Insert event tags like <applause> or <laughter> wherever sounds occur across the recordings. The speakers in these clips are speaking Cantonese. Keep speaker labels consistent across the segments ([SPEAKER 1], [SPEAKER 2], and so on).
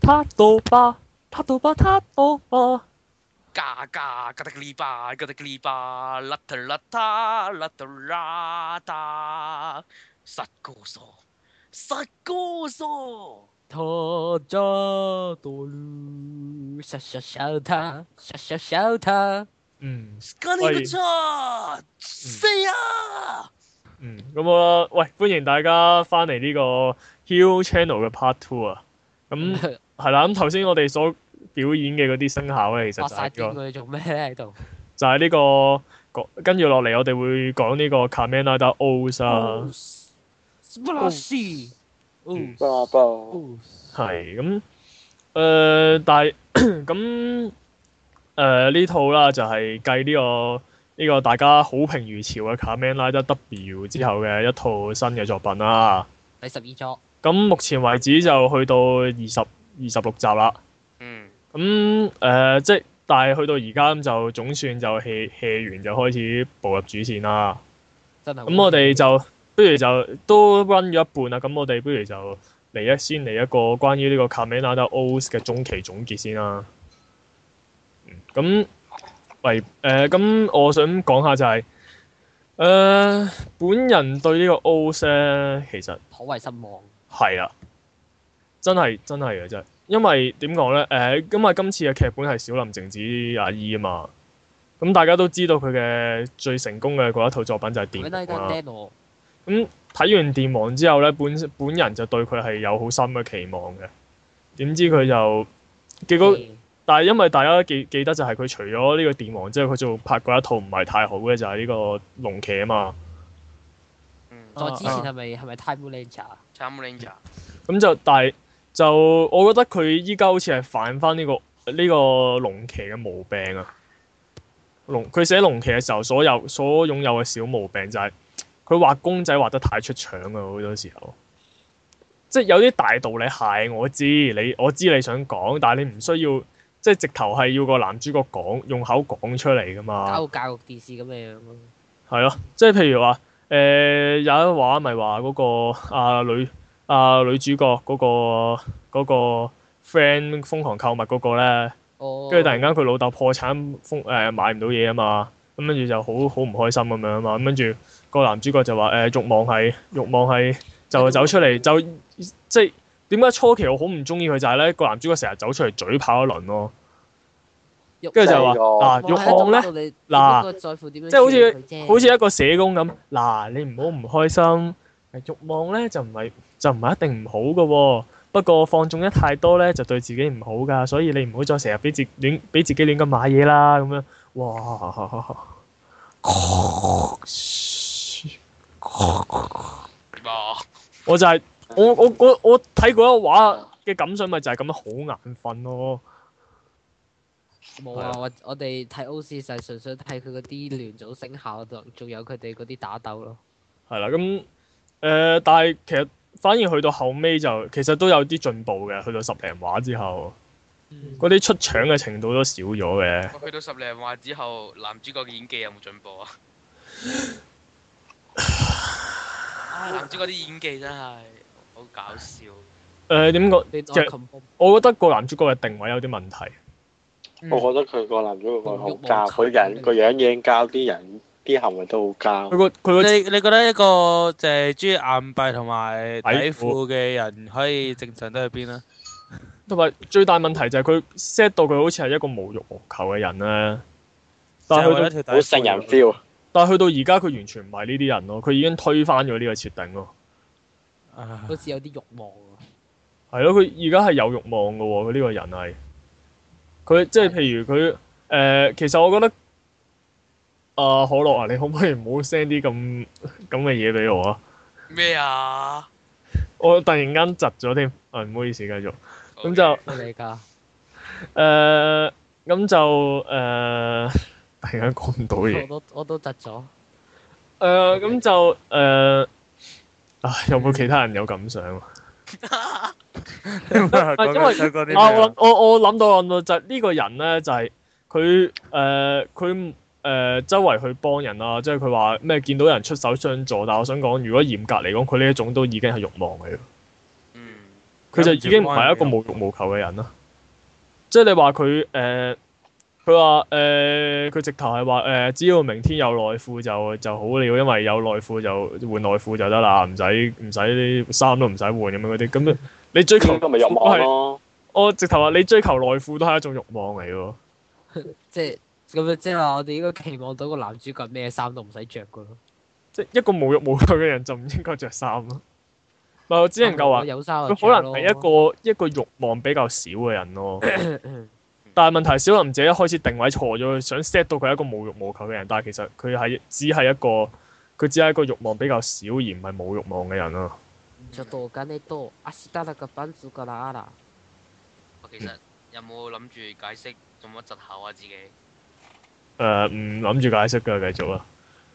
[SPEAKER 1] 他到吧，他到吧，他到吧。
[SPEAKER 2] 嘎嘎嘎得哩吧，嘎得哩吧，啦特啦他啦特啦哒，實歌手，實歌手。
[SPEAKER 1] 他家到了，笑笑笑他，笑笑笑他。
[SPEAKER 3] 嗯，
[SPEAKER 2] 咖喱個叉，四啊！
[SPEAKER 3] 嗯，咁好啦，喂，歡迎
[SPEAKER 4] <laughs>
[SPEAKER 3] 大家翻嚟呢個 Hill Channel 嘅 Part Two 啊，
[SPEAKER 4] <laughs>
[SPEAKER 3] 咁係啦，咁頭先我哋所表演嘅嗰啲聲效咧，其實
[SPEAKER 1] 發
[SPEAKER 3] 就
[SPEAKER 4] 啊
[SPEAKER 3] 係
[SPEAKER 1] 晒癲
[SPEAKER 3] 呢個
[SPEAKER 1] 佢做咩咧喺度？
[SPEAKER 3] 就係呢個講跟住落嚟，我哋會講呢個 Kamen Rider Oz 啊，
[SPEAKER 1] Splash！
[SPEAKER 3] 嗯
[SPEAKER 5] 爆爆，
[SPEAKER 3] 係咁誒，但係 <coughs> 咁誒呢套啦，就係繼呢個呢個大家好評如潮嘅 Kamen Rider W 之後嘅一套新嘅作品啦。
[SPEAKER 1] 第十二作，
[SPEAKER 3] 咁目前為止就去到二十二十六集啦。
[SPEAKER 2] 嗯，
[SPEAKER 3] 咁誒、呃即係但係去到而家咁就總算就 hea hea 完就開始步入主線啦。
[SPEAKER 1] 真係好。
[SPEAKER 3] 咁我哋就不如就都 run 咗一半啦。咁我哋不如就嚟一先嚟一個關於呢個 Kamen Rider Oz 嘅中期總結先啦。嗯咁喂誒，呃咁、我想講下就係、誒、呃本人對呢個 Oz 咧，其實
[SPEAKER 1] 頗為失望。
[SPEAKER 3] 係啦，真係真係嘅真係，因為點講咧？誒、因為今次嘅劇本係小林靜子阿姨啊嘛，咁大家都知道佢嘅最成功嘅嗰一套作品就係
[SPEAKER 1] 咁
[SPEAKER 3] 電
[SPEAKER 1] 呢
[SPEAKER 3] 王
[SPEAKER 1] 個
[SPEAKER 3] 啦。
[SPEAKER 1] Nano
[SPEAKER 3] 咁睇完電王之後咧，本本人就對佢係有好深嘅期望嘅，點知佢就結果，但係因為大家記記得就係佢除咗呢個電王之後，佢仲拍過一套唔係太好嘅，就係、呢個龍騎啊嘛。
[SPEAKER 2] 嗯，
[SPEAKER 1] 再之前
[SPEAKER 3] 啊
[SPEAKER 1] 係咪係咪 Time 啊 Ranger？
[SPEAKER 2] 參 ranger，
[SPEAKER 3] 咁就但係就我覺得佢依家好似係犯翻呢、個呢、個龍騎嘅毛病啊！龍佢寫龍騎嘅時候，所有所擁有嘅小毛病就係、佢畫公仔畫得太出腸啊！好多時候，即係有啲大道理係我知你我知你想講，但係你唔需要即係直頭係要個男主角講用口講出嚟噶嘛。
[SPEAKER 1] 教育教育電視咁嘅樣咯。
[SPEAKER 3] 係咯，即係譬如話，誒、呃有一話咪話嗰個啊女啊女主角嗰、個嗰、個 friend 瘋狂購物嗰個咧，
[SPEAKER 1] 哦。
[SPEAKER 3] 跟住突然間佢老豆破產，瘋誒、買唔到嘢啊嘛，咁跟住就好好唔開心咁樣啊嘛，咁跟住個男主角就話誒、慾望係慾望係就走出嚟就即係點解初期我好唔中意佢就係咧個男主角成日走出嚟嘴炮一輪咯，跟住就話嗱
[SPEAKER 5] 真係㗎
[SPEAKER 3] 慾望咧。
[SPEAKER 1] 咧
[SPEAKER 3] 嗱
[SPEAKER 1] 在乎點樣
[SPEAKER 3] 即係好似
[SPEAKER 1] 處理佢啫
[SPEAKER 3] 好似一個社工咁，嗱，你唔好唔開心。誒慾望咧就唔係就唔係一定唔好嘅喎、不過放縱得太多咧就對自己唔好㗎，所以你唔好再成日俾自亂俾自己亂咁買嘢啦咁樣。哇！ <laughs>
[SPEAKER 2] 哇，
[SPEAKER 3] 我就係、我我我我睇嗰一畫嘅感想咪就係咁樣好眼瞓咯。
[SPEAKER 1] 冇啊！我我哋睇 O.C. 就係純粹睇佢嗰啲聯組聲效，同仲有佢哋嗰啲打鬥咯。
[SPEAKER 3] 係啦，咁誒、呃但係其實反而去到後尾就其實都有啲進步嘅，去到十零畫之後，嗰啲出場嘅程度都少咗嘅。
[SPEAKER 2] 我去到十零話之後，男主角嘅演技有冇進步啊？啊，男主角啲演技真係好搞笑。
[SPEAKER 3] 誒呃點講？
[SPEAKER 1] 你
[SPEAKER 3] 即係我覺得個男主角嘅定位有啲問題。
[SPEAKER 5] 我覺得佢個男主角個好
[SPEAKER 1] 欲
[SPEAKER 5] 教，
[SPEAKER 1] 望
[SPEAKER 5] 佢人個樣已經教啲人啲行為都好教
[SPEAKER 3] 佢。個佢個
[SPEAKER 4] 你你覺得一個就係中意硬幣同埋底
[SPEAKER 3] 底褲
[SPEAKER 4] 褲嘅人可以正常得去邊咧？
[SPEAKER 3] 同埋最大問題就係佢 set 到佢好似係一個無欲無求嘅人咧。但係去到
[SPEAKER 4] 去
[SPEAKER 5] 好聖人 feel，
[SPEAKER 3] 但係去到而家佢完全唔係呢啲人咯，佢已經推翻咗呢個設定咯。
[SPEAKER 1] 好似有啲慾望喎。
[SPEAKER 3] 係咯，佢而家係有慾望嘅喎，佢呢個人係，佢即係譬如佢誒、呃其實我覺得啊、可樂啊，你可唔可以唔好 send 啲咁咁嘅嘢俾我啊？
[SPEAKER 2] 咩啊？
[SPEAKER 3] 我突然間窒咗添，啊唔好意思，繼續咁就誒
[SPEAKER 2] OK
[SPEAKER 1] 咩嚟㗎？
[SPEAKER 3] 咁、呃就誒、呃 <laughs> 突然間講唔到嘢
[SPEAKER 1] <laughs> 我都我都窒咗。
[SPEAKER 3] 誒咁就誒、呃啊有冇其他人有感想啊？因為
[SPEAKER 4] Ờ,
[SPEAKER 3] 啊，我我我諗到諗到就係呢個人咧，就係佢誒佢誒周圍去幫人啊，即係佢話咩見到人出手相助，但係我想講，如果嚴格嚟講，佢呢一種都已經係慾望嚟嘅。
[SPEAKER 2] 嗯，
[SPEAKER 3] 佢就已經唔係一個無欲無求嘅人啦。即係你話佢誒，佢話誒，佢直頭係話誒，只要明天有內褲就就好了，因為有內褲就換內褲就得啦，唔使唔使衫都唔使換咁樣嗰啲。咁你追求
[SPEAKER 5] 呢個咪欲望咯。
[SPEAKER 3] 我直頭話你追求內褲都係一種慾望嚟喎。
[SPEAKER 1] 即係咁樣，即係話我哋應該期望到個男主角咩衫都唔使着噶咯。
[SPEAKER 3] 即係一個無欲無求嘅人就唔應該着衫咯。唔係我只能夠話
[SPEAKER 1] 我啊有衫就
[SPEAKER 3] 佢
[SPEAKER 1] 着咯
[SPEAKER 3] 可能係一個一個慾望比較少嘅人咯。
[SPEAKER 1] <coughs>
[SPEAKER 3] 但係問題，小林姐一開始定位錯咗，想 set 到佢係一個無欲無求嘅人，但係其實佢係只係一個佢只係一個慾望比較少而唔係冇慾望嘅人咯。
[SPEAKER 1] ちょっとお金と明日の晩餐からあら。
[SPEAKER 2] 我其實有冇諗住解釋做乜窒口啊自己？
[SPEAKER 3] 誒唔諗住解釋㗎，繼續啦。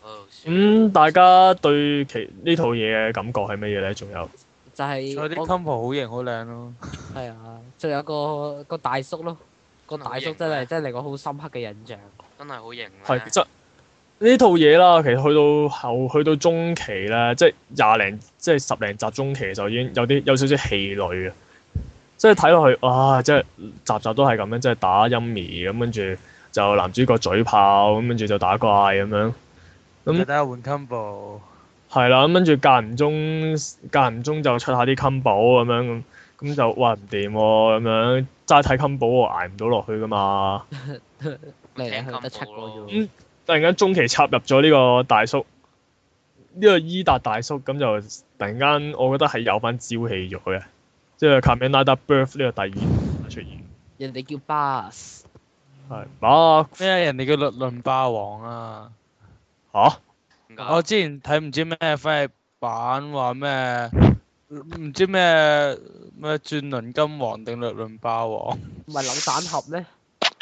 [SPEAKER 2] 哦，
[SPEAKER 3] 咁、大家對其呢套嘢嘅感覺係乜嘢咧？仲有
[SPEAKER 1] 就係
[SPEAKER 4] 佢啲
[SPEAKER 1] 我
[SPEAKER 4] couple 好型好靚咯，
[SPEAKER 1] 係啊，仲有個個大叔咯，個大叔真係真係令我好深刻嘅印象。
[SPEAKER 2] 真係好型啊
[SPEAKER 3] 係其實呢套嘢啦，其實去到後去到中期咧，即係廿零即係十零集中期就已經有啲有少少氣餒嘅，即係睇落去啊，即係集集都係咁樣，即係打陰兒咁，跟住就男主角嘴炮咁，跟住就打怪咁樣。咁
[SPEAKER 4] 咁大家換 couple，
[SPEAKER 3] 係啦，咁跟住間唔中間唔中就出下啲 combo 咁樣咁，咁就哇唔掂喎咁樣，齋睇 combo 我捱唔到落去噶嘛。
[SPEAKER 1] 嚟嚟
[SPEAKER 2] 聽
[SPEAKER 1] 去去得七
[SPEAKER 2] 咁
[SPEAKER 1] 個
[SPEAKER 2] 好咯
[SPEAKER 1] 啫喎。
[SPEAKER 3] 突然間中期插入咗呢個大叔，呢、個伊達大叔咁就突然間，我覺得係有翻朝氣咗嘅，即係《卡面拉達 Birth》呢個第二出現
[SPEAKER 1] 人哋叫 bus，
[SPEAKER 3] 係啊
[SPEAKER 4] 咩啊人哋叫律倫霸王啊！
[SPEAKER 3] 嚇
[SPEAKER 2] 點解
[SPEAKER 4] 我之前睇唔知咩翻譯版話咩，唔知咩咩轉輪金王定律倫霸王，
[SPEAKER 1] 唔係扭蛋盒咩？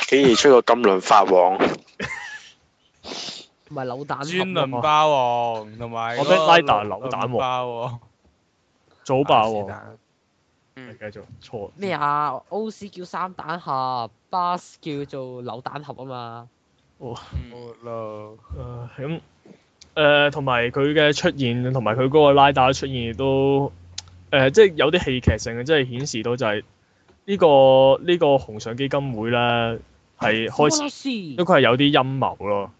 [SPEAKER 5] 竟然出個金輪法王，
[SPEAKER 1] 唔係扭蛋盒
[SPEAKER 4] 轉
[SPEAKER 1] 咩
[SPEAKER 4] 輪霸王同埋
[SPEAKER 3] 我
[SPEAKER 4] 嗰個
[SPEAKER 3] 咩拉達
[SPEAKER 4] 律
[SPEAKER 3] 扭蛋王
[SPEAKER 4] 倫霸王，
[SPEAKER 3] 早霸喎、
[SPEAKER 4] 啊是但
[SPEAKER 2] 嗯
[SPEAKER 3] 繼續錯
[SPEAKER 1] 咩啊？O.C. 叫三蛋盒，bus 叫做扭蛋盒啊嘛。
[SPEAKER 2] 嗯
[SPEAKER 4] 好咯
[SPEAKER 3] 誒咁嗯誒，同埋佢嘅出現，同埋佢嗰個拉打出現，亦都誒、即係有啲戲劇性嘅，即係顯示到就係呢、個呢、個紅上基金會咧係開始。因為
[SPEAKER 1] 始
[SPEAKER 3] 佢係有啲陰謀咯，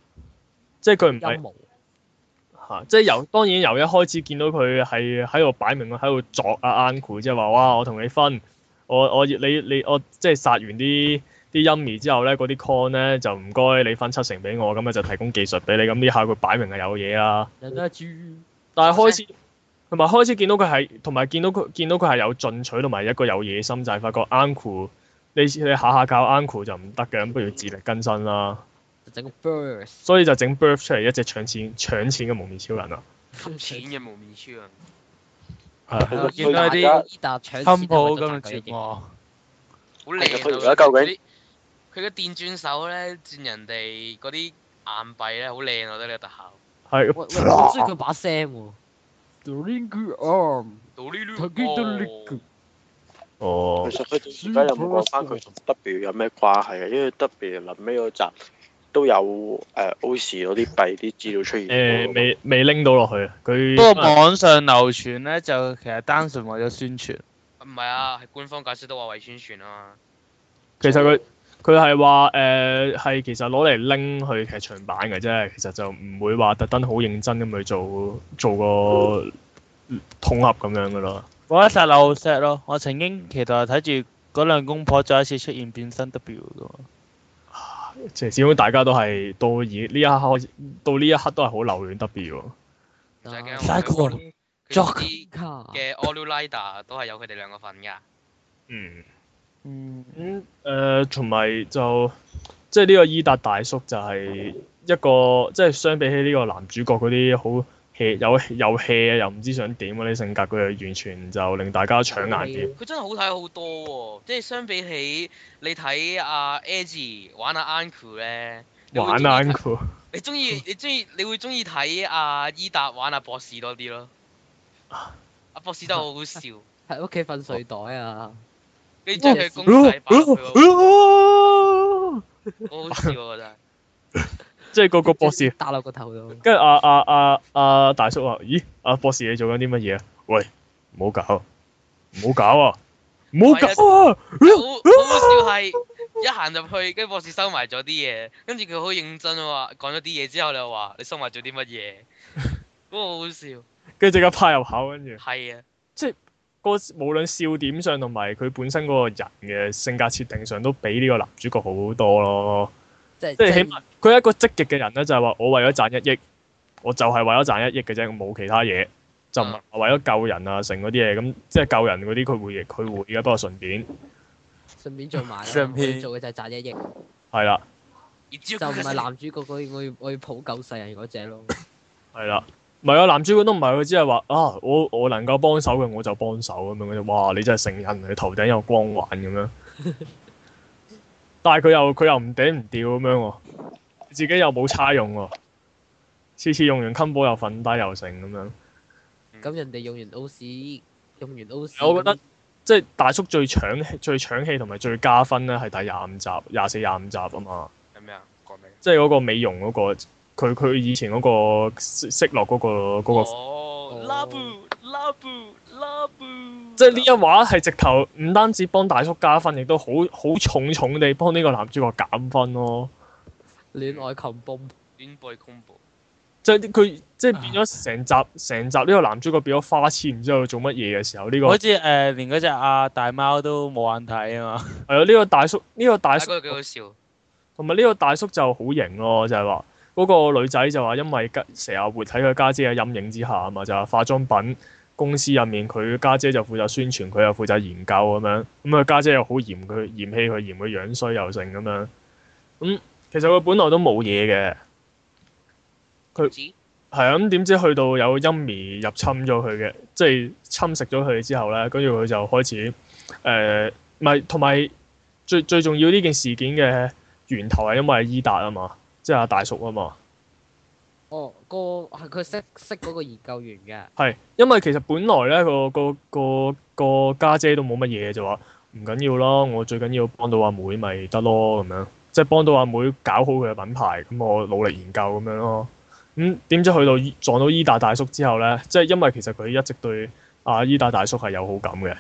[SPEAKER 3] 即係佢唔
[SPEAKER 1] 陰
[SPEAKER 3] 係
[SPEAKER 1] 謀，
[SPEAKER 3] 嚇，即係由當然由一開始見到佢係喺度擺明佢喺度作啊 uncle，即係話哇我同你分，我我你你我即係殺完啲啲陰兒之後咧，嗰啲 con 咧就唔該你分七成俾我，咁啊就提供技術俾你，咁呢下佢擺明係有嘢啦。
[SPEAKER 1] 有得豬。
[SPEAKER 3] 但係開始同埋開始見到佢係同埋見到佢見到佢係有進取同埋一個有野心，就係、發覺 uncle 你你下下教 uncle 就唔得嘅，咁不如自力更生啦。
[SPEAKER 1] 就整個 burst，
[SPEAKER 3] 所以就整 birth 出嚟一隻搶錢搶錢嘅蒙面超人啊啦。
[SPEAKER 2] 吸錢嘅蒙面超人，
[SPEAKER 3] 係
[SPEAKER 4] 我見到
[SPEAKER 1] 大
[SPEAKER 4] 啲
[SPEAKER 1] 家伊達搶錢
[SPEAKER 4] couple 咁
[SPEAKER 1] 咁
[SPEAKER 4] 嘅節目，
[SPEAKER 2] 好靚啊！
[SPEAKER 5] 佢而家究竟
[SPEAKER 2] 佢啲佢嘅電轉手咧，轉人哋嗰啲硬幣咧，好靚啊我覺得呢個特效。
[SPEAKER 3] 係
[SPEAKER 1] 喂喂，我中意佢把聲喎。The ring arm，
[SPEAKER 2] 到呢呢
[SPEAKER 1] 佢見到呢個
[SPEAKER 2] 哦
[SPEAKER 3] 哦
[SPEAKER 5] 其，實佢而家有冇講翻佢同 W 有咩關係嘅？因為 W 臨尾嗰集都有誒 O 時嗰啲幣啲資料出
[SPEAKER 3] 誒
[SPEAKER 5] 現喎。
[SPEAKER 3] 未未拎到落去，佢
[SPEAKER 4] 不過網上流傳咧就其實單純為咗宣傳，
[SPEAKER 2] 唔係啊，係官方解釋都話為宣傳啊嘛。
[SPEAKER 3] 其實佢佢係話誒係其實攞嚟拎去劇場版嘅啫，其實就唔會話特登好認真咁去做做個統合咁樣噶咯。
[SPEAKER 4] 我一剎那好 sad 咯。我曾經期待睇住嗰兩公婆再一次出現變身 W 噶喎。
[SPEAKER 3] 即係始終大家都係到而呢一刻開始到呢一刻都係好留戀 W 喎。
[SPEAKER 2] 唔使驚，
[SPEAKER 4] 晒過啦
[SPEAKER 2] 佢
[SPEAKER 4] 作
[SPEAKER 2] 啲
[SPEAKER 1] 卡
[SPEAKER 2] 嘅 All New Rider 都係有佢哋兩個份㗎。
[SPEAKER 3] 嗯。
[SPEAKER 4] 嗯，
[SPEAKER 3] 咁誒，同埋、就即係呢個伊達大叔就係一個，即係相比起呢個男主角嗰啲好 hea 有有 hea 又唔知想點嗰啲性格，佢就完全就令大家搶眼啲。
[SPEAKER 2] 佢真係好睇好多喎、即係相比起你睇阿 Edge 玩阿 Uncle 咧，你會
[SPEAKER 3] 玩啊
[SPEAKER 2] 鍾意
[SPEAKER 3] <laughs> uncle
[SPEAKER 2] 你中意你中意你會中意睇阿伊達玩阿博士多啲咯。阿博士真係好好笑，
[SPEAKER 1] 喺屋企瞓睡袋啊！
[SPEAKER 2] 你將佢公仔擺落去
[SPEAKER 3] 哦
[SPEAKER 2] 嗰個好好笑啊！我覺得
[SPEAKER 3] 即係個個博士，
[SPEAKER 1] 打落個頭度。
[SPEAKER 3] 跟住阿阿阿阿大叔話：咦，阿、博士你做緊啲乜嘢啊？喂，唔好搞，唔好搞啊！唔好搞
[SPEAKER 2] 好
[SPEAKER 3] 啊！
[SPEAKER 2] 好笑係一行入去，跟住博士收埋咗啲嘢，跟住佢好認真話講咗啲嘢之後，你又話你收埋咗啲乜嘢？嗰個好好笑，
[SPEAKER 3] 跟住即刻派入口，跟住
[SPEAKER 2] 係啊，
[SPEAKER 3] 個無論笑點上同埋佢本身嗰個人嘅性格設定上，都比呢個男主角好多咯。
[SPEAKER 1] 即係
[SPEAKER 3] 即係起碼佢係一個積極嘅人咧，就係、話我為咗賺一億，我就係為咗賺一億嘅啫，我冇其他嘢，就唔係話為咗救人啊，成嗰啲嘢咁，即係救人嗰啲佢會佢會嘅，不過順便
[SPEAKER 1] 順便做埋啦，
[SPEAKER 4] 順
[SPEAKER 1] 我
[SPEAKER 4] 便
[SPEAKER 1] 要做嘅就係賺一億，就
[SPEAKER 3] 係啦
[SPEAKER 2] 而只要
[SPEAKER 1] 唔
[SPEAKER 2] 佢
[SPEAKER 1] 係男主角嗰我要我要抱救世人嗰只咯。
[SPEAKER 3] 係啦，唔係啊，男主角都唔係佢只係話啊，我我能夠幫手嘅我就幫手咁樣嗰啲，哇！你真係成人，你頭頂有光環咁樣，但係佢又佢又唔頂唔掉咁樣喎，自己又冇差用喎，次次用完襟寶又瞓低又成咁樣。
[SPEAKER 1] 咁人哋用完 O 市，用完 O 市，
[SPEAKER 3] 我覺得即係大叔最搶氣最搶戲同埋最加分咧，係第廿五集、廿四、廿五集啊嘛，
[SPEAKER 2] 係咩啊？講咩？
[SPEAKER 3] 即係嗰個美容嗰、個，佢佢以前嗰、個色色落嗰、個嗰、個，
[SPEAKER 2] 哦，love love love，
[SPEAKER 3] 即係呢一畫係直頭唔單止幫大叔加分，亦都好好重重地幫呢個男主角減分咯。
[SPEAKER 1] 戀愛狂崩，
[SPEAKER 2] 戀背公布，
[SPEAKER 3] 即係佢即係變咗成集成集呢個男主角變咗花痴，唔知道做乜嘢嘅時候，呢、個
[SPEAKER 4] 好似誒連嗰只阿大貓都冇眼睇啊嘛，
[SPEAKER 3] 係啊呢個大叔呢、個大
[SPEAKER 2] 但
[SPEAKER 3] 叔
[SPEAKER 2] 啊係嗰個幾好笑，
[SPEAKER 3] 同埋呢個大叔就好型咯，就係話嗰個女仔就話因為家成日活喺佢家姐嘅陰影之下啊嘛，就係化妝品公司入面佢家姐就負責宣傳，佢又負責研究咁樣，咁佢家姐又好嫌佢嫌棄佢，嫌佢樣衰又剩咁樣。咁、其實佢本來都冇嘢嘅，佢
[SPEAKER 2] 知
[SPEAKER 3] 係啊，咁點知去到有陰霾入侵咗佢嘅，即係侵蝕咗佢之後咧，跟住佢就開始誒，唔係同埋最最重要呢件事件嘅源頭係因為伊達啊嘛，即係阿大叔啊嘛，
[SPEAKER 1] 哦，個係佢識識嗰個研究員嘅，
[SPEAKER 3] 係因為其實本來咧個個個個家姐都冇乜嘢就話唔緊要咯，我最緊要幫到阿妹咪得咯咁樣，即係幫到阿妹搞好佢嘅品牌，咁我努力研究咁樣咯。咁點知去到伊撞到伊達大叔之後咧，即係因為其實佢一直對阿伊達大叔係有好感嘅，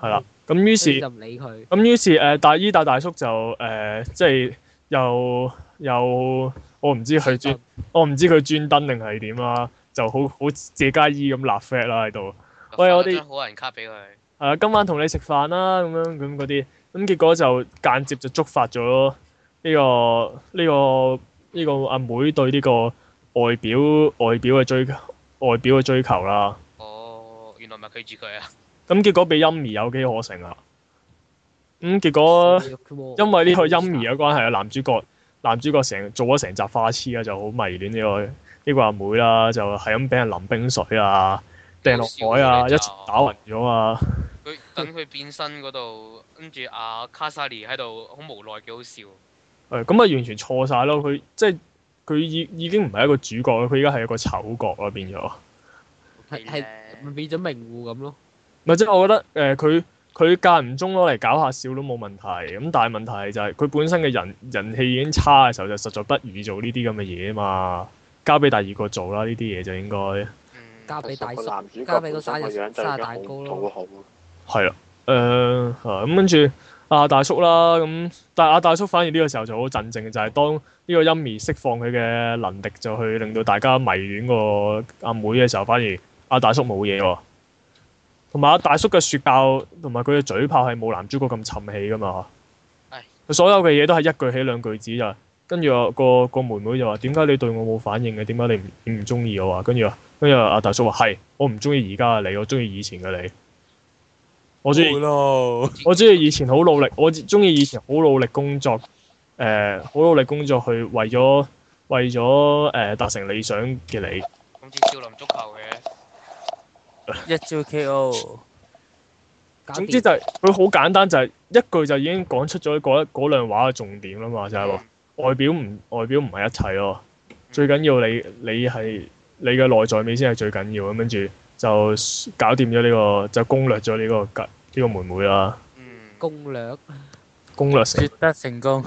[SPEAKER 3] 係啦。咁於
[SPEAKER 1] 所
[SPEAKER 3] 是
[SPEAKER 1] 以就唔理佢。
[SPEAKER 3] 咁於是誒、呃，但係伊達大叔就誒、呃即係又又我唔知佢專，我哦唔知佢專登定係點啦，就好好借家衣咁立 flat 啦喺度。喂我哋
[SPEAKER 2] 發咗張好人卡俾佢，
[SPEAKER 3] 係啊，今晚同你食飯啦，咁樣咁嗰啲，咁結果就間接就觸發咗呢、個呢、個呢、個阿妹對呢個外表外表嘅追外表嘅追求啦。
[SPEAKER 2] 哦，原來咪拒絕佢啊，
[SPEAKER 3] 咁結果被陰兒有機可乘啦。咁結果。因為呢個陰兒嘅關係啊，男主角男主角成做咗成集花痴啊，就好迷戀呢、個呢、個阿妹啦，就係咁俾人淋冰水啊，掟落海啊，
[SPEAKER 2] 好笑啊
[SPEAKER 3] 一錘打暈咗啊，
[SPEAKER 2] 佢等佢變身嗰度，跟住阿卡莎莉喺度好無奈，幾好笑，
[SPEAKER 3] 誒咁啊完全錯晒咯！佢即係佢已已經唔係一個主角啦，佢而家係一個丑角啦，變咗。
[SPEAKER 1] 係係咪變咗名户咁咯？
[SPEAKER 3] 咪即係我覺得誒佢佢間唔中攞嚟搞下笑都冇問題，咁但係問題就係佢本身嘅人人氣已經差嘅時候，就實在不如做呢啲咁嘅嘢啊嘛，交俾第二個做啦，呢啲嘢就應該
[SPEAKER 2] 嗯，
[SPEAKER 1] 交俾大
[SPEAKER 5] 個
[SPEAKER 1] 叔，
[SPEAKER 5] 男主
[SPEAKER 1] 交
[SPEAKER 5] 角
[SPEAKER 1] 俾
[SPEAKER 5] 本
[SPEAKER 1] 個
[SPEAKER 5] 身
[SPEAKER 1] 生
[SPEAKER 5] 個
[SPEAKER 1] 日
[SPEAKER 5] 樣
[SPEAKER 1] 生日
[SPEAKER 5] 就已
[SPEAKER 1] 蛋糕
[SPEAKER 5] 經好
[SPEAKER 1] 咯。
[SPEAKER 5] 好好，
[SPEAKER 3] 係啦，誒係咁跟住阿大叔啦，咁但係阿大叔反而呢個時候就好鎮靜，就係、當呢個陰兒釋放佢嘅能力，就去令到大家迷戀個阿妹嘅時候，反而阿大叔冇嘢喎。同埋阿大叔嘅説教同埋佢嘅嘴炮係冇男主角咁沉氣噶嘛
[SPEAKER 2] 係。
[SPEAKER 3] 佢所有嘅嘢都係一句起兩句止咋，跟住個個個妹妹就話：點解你對我冇反應嘅？點解你唔你唔中意我啊？跟住跟住阿大叔話：係，我唔中意而家嘅你，我中意以前嘅你。我中意
[SPEAKER 4] 好咯，
[SPEAKER 2] 嗯
[SPEAKER 3] 我中意以前好努力，我中意以前好努力工作，誒、好努力工作去為咗為咗誒、達成理想嘅你，
[SPEAKER 2] 好似少林足球嘅，
[SPEAKER 4] 一招 K.O.
[SPEAKER 1] 搞
[SPEAKER 3] 總之
[SPEAKER 1] 掂
[SPEAKER 3] 就係佢好簡單，就係、一句就已經講出咗嗰一嗰兩話嘅重點啦嘛，就係、話外表唔外表唔係一切咯，最緊要你你係你嘅內在美先係最緊要咁，跟住就搞掂咗呢個就攻略咗呢、個個呢、個妹妹啦，
[SPEAKER 2] 嗯，
[SPEAKER 3] <laughs>
[SPEAKER 1] 攻略，
[SPEAKER 3] 攻略成
[SPEAKER 4] 絕得成功，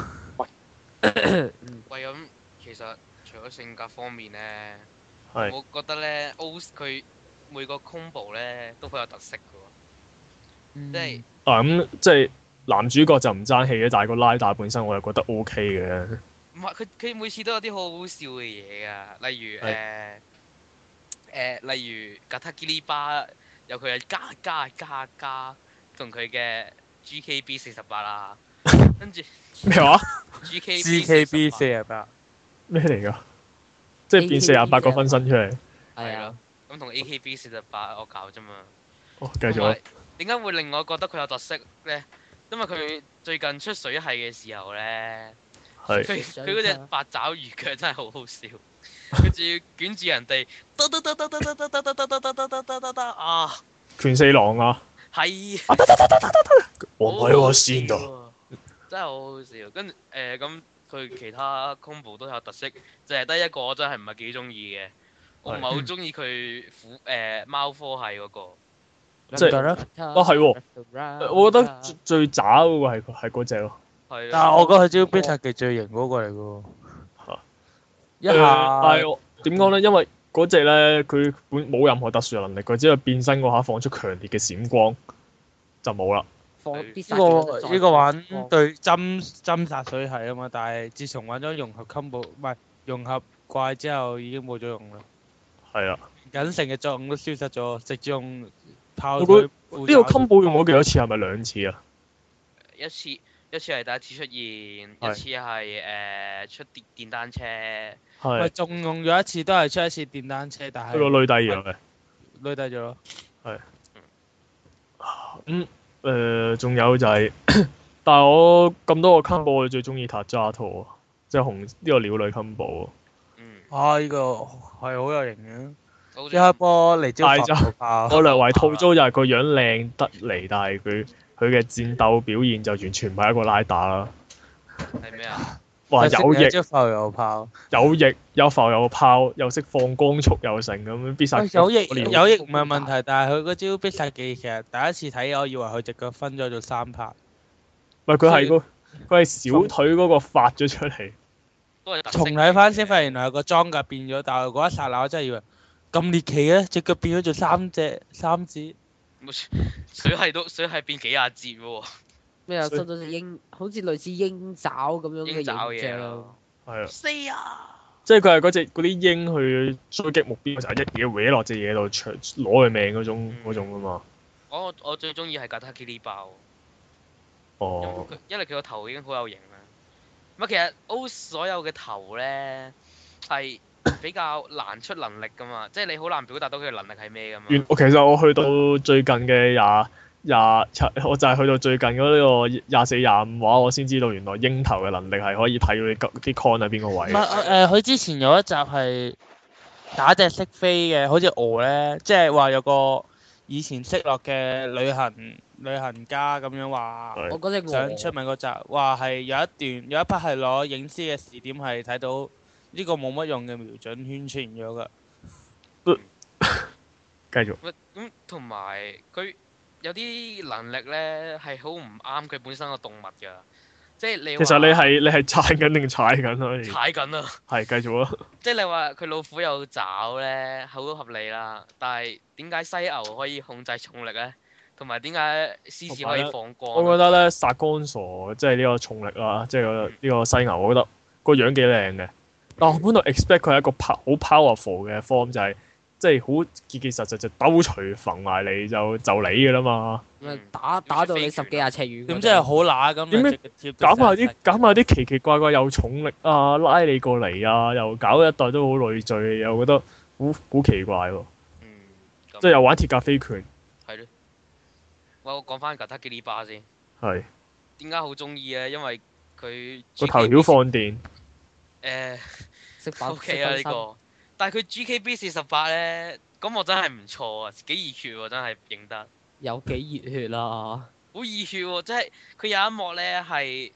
[SPEAKER 2] 喂咁，其實除咗性格方面咧，
[SPEAKER 3] 係
[SPEAKER 2] 我覺得咧 O 佢每個 combo 咧都好有特色嘅喎，
[SPEAKER 1] 嗯
[SPEAKER 2] 即係
[SPEAKER 3] 啊咁即係男主角就唔爭氣嘅，但係個拉打本身我又覺得 O K 嘅。
[SPEAKER 2] 唔係佢佢每次都有啲好好笑嘅嘢㗎，例如誒誒、
[SPEAKER 3] 係
[SPEAKER 2] 例如吉塔基利巴有佢嘅加加加加同佢嘅 GKB 四十八
[SPEAKER 3] <laughs>
[SPEAKER 2] 啦，跟住
[SPEAKER 4] <laughs>
[SPEAKER 3] 咩話？
[SPEAKER 2] GKB
[SPEAKER 4] GKB 四
[SPEAKER 2] 48
[SPEAKER 4] 廿八，
[SPEAKER 3] 咩嚟㗎？即係變四廿八個分身出嚟。
[SPEAKER 1] 係
[SPEAKER 2] 係
[SPEAKER 1] 啊
[SPEAKER 2] 咯，，咁同 AKB 四十八惡搞啫嘛。
[SPEAKER 3] 哦，繼續
[SPEAKER 2] 同
[SPEAKER 3] 啊
[SPEAKER 2] 埋。點解會令我覺得佢有特色咧？因為佢最近出水系嘅時候咧，佢
[SPEAKER 3] 係。
[SPEAKER 2] 佢嗰只八爪魚腳真係好好笑，佢仲要捲住人哋，得得得得得得得得得得得得得得得得啊！
[SPEAKER 3] 拳四郎啊！
[SPEAKER 2] 係
[SPEAKER 3] 我唔喺我先啊度。
[SPEAKER 2] 度，真係好好笑。跟住誒咁，佢、其他 combo 都有特色，就係得一個我真係唔係幾中意嘅。我唔係好中意佢虎誒貓科係嗰、個，
[SPEAKER 3] 即係-啊係喎，誒我覺得最最渣嗰個係係嗰只咯。
[SPEAKER 2] 係
[SPEAKER 4] 但係
[SPEAKER 2] 啦
[SPEAKER 4] 我覺得佢招 b i t a 最型嗰個嚟嘅喎
[SPEAKER 3] 嚇，
[SPEAKER 4] 一
[SPEAKER 3] 誒但
[SPEAKER 4] 下
[SPEAKER 3] 係我點講咧？因為嗰只咧，佢本冇任何特殊能力，佢只係變身嗰下放出強烈嘅閃光就冇啦。
[SPEAKER 1] 放
[SPEAKER 2] 呢
[SPEAKER 1] 啲
[SPEAKER 4] 呢
[SPEAKER 1] 殺手
[SPEAKER 4] 個
[SPEAKER 1] 真係
[SPEAKER 4] 呢個玩
[SPEAKER 1] 放
[SPEAKER 4] 對針針殺水係啊嘛，但係自從玩咗融合 combo 唔係融合怪之後已經冇咗用啦，
[SPEAKER 3] 係啦。
[SPEAKER 4] 緊成嘅作用都消失咗，直接用炮
[SPEAKER 3] 我覺得
[SPEAKER 4] 呢
[SPEAKER 3] 呢個襟寶用咗幾多次？係咪兩次啊？
[SPEAKER 2] 一次一次係第一次出現，一
[SPEAKER 3] 係
[SPEAKER 2] 次係誒、出電電單車，
[SPEAKER 4] 喂，
[SPEAKER 3] 係。
[SPEAKER 4] 仲用咗一次都係出一次電單車，但
[SPEAKER 3] 佢個
[SPEAKER 4] 係
[SPEAKER 3] 女帝樣嘅。
[SPEAKER 4] 累低咗咯。
[SPEAKER 3] 嗯，誒、仲有就係、 <coughs> 但係我咁多個 combo，我最中意塔扎托啊，即係紅呢、個鳥女 combo 啊。
[SPEAKER 2] 嗯，
[SPEAKER 4] 啊！呢個係好有型
[SPEAKER 2] 我
[SPEAKER 4] 嘅，一波嚟招
[SPEAKER 3] 大洲
[SPEAKER 4] 防爆
[SPEAKER 3] 我略為吐槽就係佢樣靚得嚟，但係佢佢嘅戰鬥表現就完全唔係一個拉打啦。
[SPEAKER 2] 係咩啊？
[SPEAKER 3] 哇！有翼
[SPEAKER 4] 招浮油炮，
[SPEAKER 3] 有翼有浮有炮，又識放光速又成咁樣，必殺
[SPEAKER 4] 喂有翼
[SPEAKER 3] 我連
[SPEAKER 4] 有翼唔係問題，但係佢嗰招必殺技其實第一次睇，我以為佢只腳分咗做三拍，
[SPEAKER 3] 唔係佢係個佢係小腿嗰個發咗出嚟，
[SPEAKER 2] 都係特色
[SPEAKER 4] 重睇翻先發現原
[SPEAKER 2] 嚟嘅。
[SPEAKER 4] 來個裝甲變咗，但係嗰一剎那我真係以為咁獵奇嘅，只腳變咗做三隻三指，
[SPEAKER 2] 冇錯水係都水係變幾廿節喎，
[SPEAKER 1] 咩啊？
[SPEAKER 3] 所以
[SPEAKER 1] 收到隻鷹，好似類似鷹爪咁樣
[SPEAKER 2] 鷹爪
[SPEAKER 1] 嘅
[SPEAKER 2] 嘢
[SPEAKER 1] 形象咯。
[SPEAKER 2] 咯。
[SPEAKER 3] 係啊，
[SPEAKER 2] 四啊！
[SPEAKER 3] 即係佢係嗰只嗰啲鷹去追擊目標就係一嘢搲落隻嘢度，搶攞佢命嗰種
[SPEAKER 2] 嗯
[SPEAKER 3] 嗰種啊嘛。
[SPEAKER 2] 我我最中意係格塔基利爆，因為
[SPEAKER 3] 哦，
[SPEAKER 2] 佢因為佢個頭已經好有型啦。唔係，其實 O 所有嘅頭咧係比較難出能力噶嘛，即係你好難表達到佢嘅能力係咩噶嘛。
[SPEAKER 3] 原我其實我去到最近嘅廿廿七，我就係去到最近嗰呢個廿四廿五話，我先知道原來鷹頭嘅能力係可以睇到你啲 con 喺邊個
[SPEAKER 4] 唔係
[SPEAKER 3] 位。啊
[SPEAKER 4] 誒佢之前有一集係打隻識飛嘅，好似鵝咧，即係話有個以前識落嘅旅行旅行家咁樣話。
[SPEAKER 3] 係
[SPEAKER 1] 我嗰只
[SPEAKER 4] 想出名嗰集，話係有一段有一 part 係攞影師嘅視點係睇到呢個冇乜用嘅瞄準圈出現咗噶，
[SPEAKER 3] 繼續
[SPEAKER 2] 喂咁同埋佢有啲能力咧係好唔啱佢本身個動物㗎，即係你
[SPEAKER 3] 其實
[SPEAKER 2] 話
[SPEAKER 3] 你係你係撐緊定
[SPEAKER 2] <laughs>
[SPEAKER 3] 踩緊啊？
[SPEAKER 2] 踩緊啊！
[SPEAKER 3] 係繼續啊！
[SPEAKER 2] 即係你話佢老虎有爪咧，好合理啦。但係點解犀牛可以控制重力咧？同埋點解獅子可以放光啊
[SPEAKER 3] 我覺
[SPEAKER 2] 呢？
[SPEAKER 3] 得咧，殺光傻即係呢個重力啦，即係個呢個犀牛，我覺得個樣幾靚嘅。但我本來 expect 佢係一個 po- 好 powerful 嘅 form，就係、即係好結結實實就兜除逢埋你就就你嘅啦嘛。
[SPEAKER 1] 咁啊
[SPEAKER 2] 嗯
[SPEAKER 1] 打打到你十幾廿尺遠嗰
[SPEAKER 4] 點
[SPEAKER 1] 種。
[SPEAKER 4] 知係好乸咁
[SPEAKER 3] 點
[SPEAKER 4] 就
[SPEAKER 3] 解
[SPEAKER 4] 直接貼到
[SPEAKER 3] 搞埋
[SPEAKER 4] 成
[SPEAKER 3] 啲搞埋啲奇奇怪怪又重力啊，拉你過嚟啊，又搞一代都好累贅，又覺得好好奇怪喎、
[SPEAKER 2] 嗯，咁
[SPEAKER 3] 即係又玩鐵甲飛拳，
[SPEAKER 2] 係咯。喂我講翻吉他基里巴先，
[SPEAKER 3] 係
[SPEAKER 2] 點解好中意咧？因為佢
[SPEAKER 3] 個頭曉放電，
[SPEAKER 2] 誒
[SPEAKER 1] 識
[SPEAKER 2] <laughs>
[SPEAKER 1] 擺
[SPEAKER 2] O K 呃啊呢個，但係佢 G K B 四十八咧，咁我真係唔錯啊，幾熱血喎，真係認得。
[SPEAKER 1] 有幾熱血啊啦！
[SPEAKER 2] 好熱血喎、即係佢有一幕咧係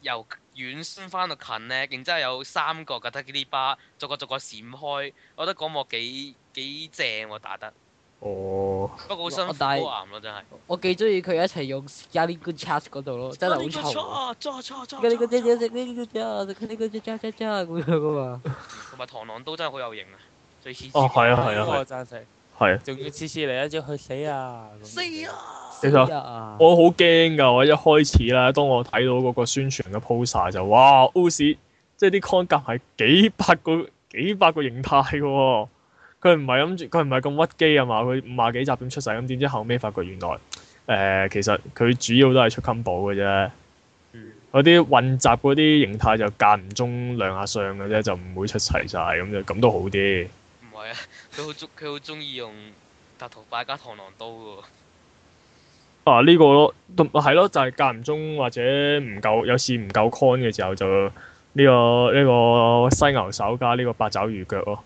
[SPEAKER 2] 由遠先翻到近咧，然之後有三個吉特基利巴逐個逐個閃開，我覺得嗰幕幾幾正喎、打得，
[SPEAKER 3] 哦，
[SPEAKER 2] 不過好辛苦
[SPEAKER 1] 我但係
[SPEAKER 2] 好岩咯啊真係。
[SPEAKER 1] 我幾中意佢一齊用 s c a l i g o o d Charge 嗰度咯，真係好嘈啊。
[SPEAKER 2] 錯錯
[SPEAKER 1] s c a l i g o o d
[SPEAKER 2] 錯
[SPEAKER 1] Charge，s c a l i g o o d Charge，s c a l i g o o d Charge，Charge Charge 咁樣噶嘛。
[SPEAKER 2] 同埋螳螂刀真係好有型啊！最黐線
[SPEAKER 3] 哦係啊係
[SPEAKER 4] 呢
[SPEAKER 3] 啊
[SPEAKER 4] 個我贊成，
[SPEAKER 3] 係啊
[SPEAKER 4] 仲要次次嚟一招去死啊！咁樣
[SPEAKER 2] 死啊！
[SPEAKER 3] 其實
[SPEAKER 1] 啊，
[SPEAKER 3] 我好驚㗎！我一開始咧，當我睇到嗰個宣傳嘅 poster 就哇 o s 即係啲 con 夾係幾百個 <laughs> 幾百個形態嘅喎、佢唔係諗住，佢唔係咁屈機啊嘛！佢五廿幾集點出世咁，點知後尾發覺原來誒、呃其實佢主要都係出襟寶嘅啫
[SPEAKER 2] 嗯。
[SPEAKER 3] 嗰啲混雜嗰啲形態就間唔中亮下相嘅啫，就唔會出齊晒咁就咁都好啲。
[SPEAKER 2] 唔係啊，佢好中佢好中意用塔圖拜加螳螂刀喎。
[SPEAKER 3] 啊呢、個咯，同係咯，就係間唔中或者唔夠有時唔夠 con 嘅時候就呢、個呢、個犀牛手加呢個八爪魚腳咯。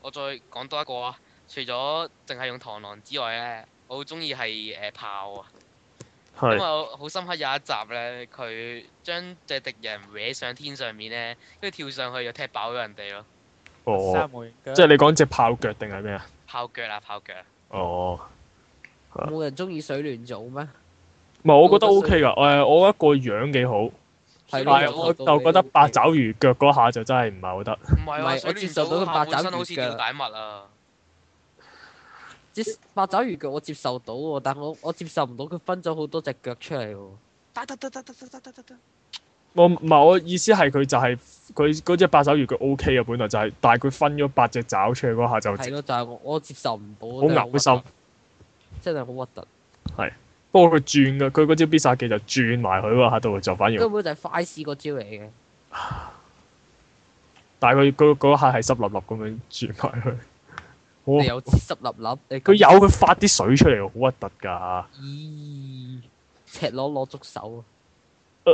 [SPEAKER 2] 我再講多一個啊，除咗淨係用螳螂之外咧，我好中意係誒炮啊，因為
[SPEAKER 3] 係
[SPEAKER 2] 我好深刻有一集咧，佢將隻敵人搲上天上面咧，跟住跳上去又踢爆咗人哋咯，
[SPEAKER 3] 哦，
[SPEAKER 4] 三無形腳
[SPEAKER 3] 即係你講只炮腳定係咩啊？
[SPEAKER 2] 炮腳啊炮腳啊，
[SPEAKER 3] 哦，
[SPEAKER 1] 冇人中意水聯組咩？
[SPEAKER 3] 唔係我覺得
[SPEAKER 1] 我覺
[SPEAKER 3] O
[SPEAKER 1] 得
[SPEAKER 3] K 㗎，誒我覺得個樣幾好，
[SPEAKER 1] 係
[SPEAKER 2] 水
[SPEAKER 3] 但
[SPEAKER 1] 咯
[SPEAKER 2] 聯
[SPEAKER 3] 係
[SPEAKER 2] 組
[SPEAKER 3] 我就覺得八爪魚腳嗰下就真係唔係好得。
[SPEAKER 2] 唔係
[SPEAKER 1] 唔係
[SPEAKER 2] 啊，
[SPEAKER 1] 我
[SPEAKER 2] 水
[SPEAKER 1] 接
[SPEAKER 2] 聯
[SPEAKER 1] 受到佢
[SPEAKER 2] 組下
[SPEAKER 1] 八
[SPEAKER 2] 半
[SPEAKER 1] 爪魚
[SPEAKER 2] 身好似吊
[SPEAKER 1] 腳
[SPEAKER 2] 帶襪啊，
[SPEAKER 1] 即八爪魚腳我接受到喎，但我我接受唔到佢分咗好多隻腳出嚟喎。
[SPEAKER 2] 得得得得得得得得得，
[SPEAKER 3] 我唔係我意思係佢就係佢嗰只八爪魚腳 O K 嘅，本來就係、但係佢分咗八隻爪出嚟嗰下就
[SPEAKER 1] 係咯，就係我我接受唔到。
[SPEAKER 3] 好
[SPEAKER 1] 真係
[SPEAKER 3] 嘔心
[SPEAKER 1] 核。突，真係好核突。
[SPEAKER 3] 不過佢轉嘅，佢嗰招必殺技就轉埋佢嗰下度就反而
[SPEAKER 1] 根本就係快屎嗰招嚟嘅。
[SPEAKER 3] 但係佢佢嗰下係濕立立咁樣轉埋佢。
[SPEAKER 1] 你
[SPEAKER 3] 哇
[SPEAKER 1] 有黐濕立立，你
[SPEAKER 3] 佢
[SPEAKER 1] 咁
[SPEAKER 3] 有佢發啲水出嚟，好核突㗎。
[SPEAKER 1] 咦，赤裸裸捉手啊！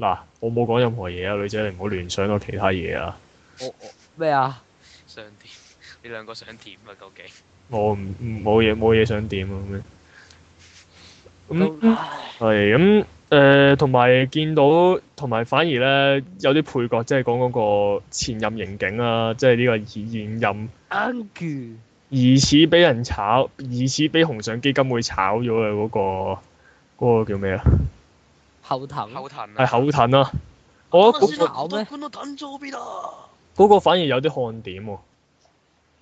[SPEAKER 3] 嗱，我冇講任何嘢啊，女仔你唔好聯想到其他嘢啊。
[SPEAKER 1] 我我咩啊？
[SPEAKER 2] 想點？ <laughs> 你兩個想點啊？究竟？
[SPEAKER 3] 我唔唔冇嘢冇嘢想點啊咁樣。咁
[SPEAKER 1] 咁
[SPEAKER 3] 係咁誒，同埋見到，同埋反而咧有啲配角，即係講嗰個前任刑警啊，即係呢個現現任
[SPEAKER 1] 安居
[SPEAKER 3] 疑似俾人炒，疑似俾紅上基金會炒咗嘅嗰個嗰個叫咩啊？
[SPEAKER 1] 後藤
[SPEAKER 2] 後藤啊！
[SPEAKER 3] 係口盾啦、我覺得嗰、
[SPEAKER 1] 考咩？
[SPEAKER 3] 個嗰個反而有啲看點喎、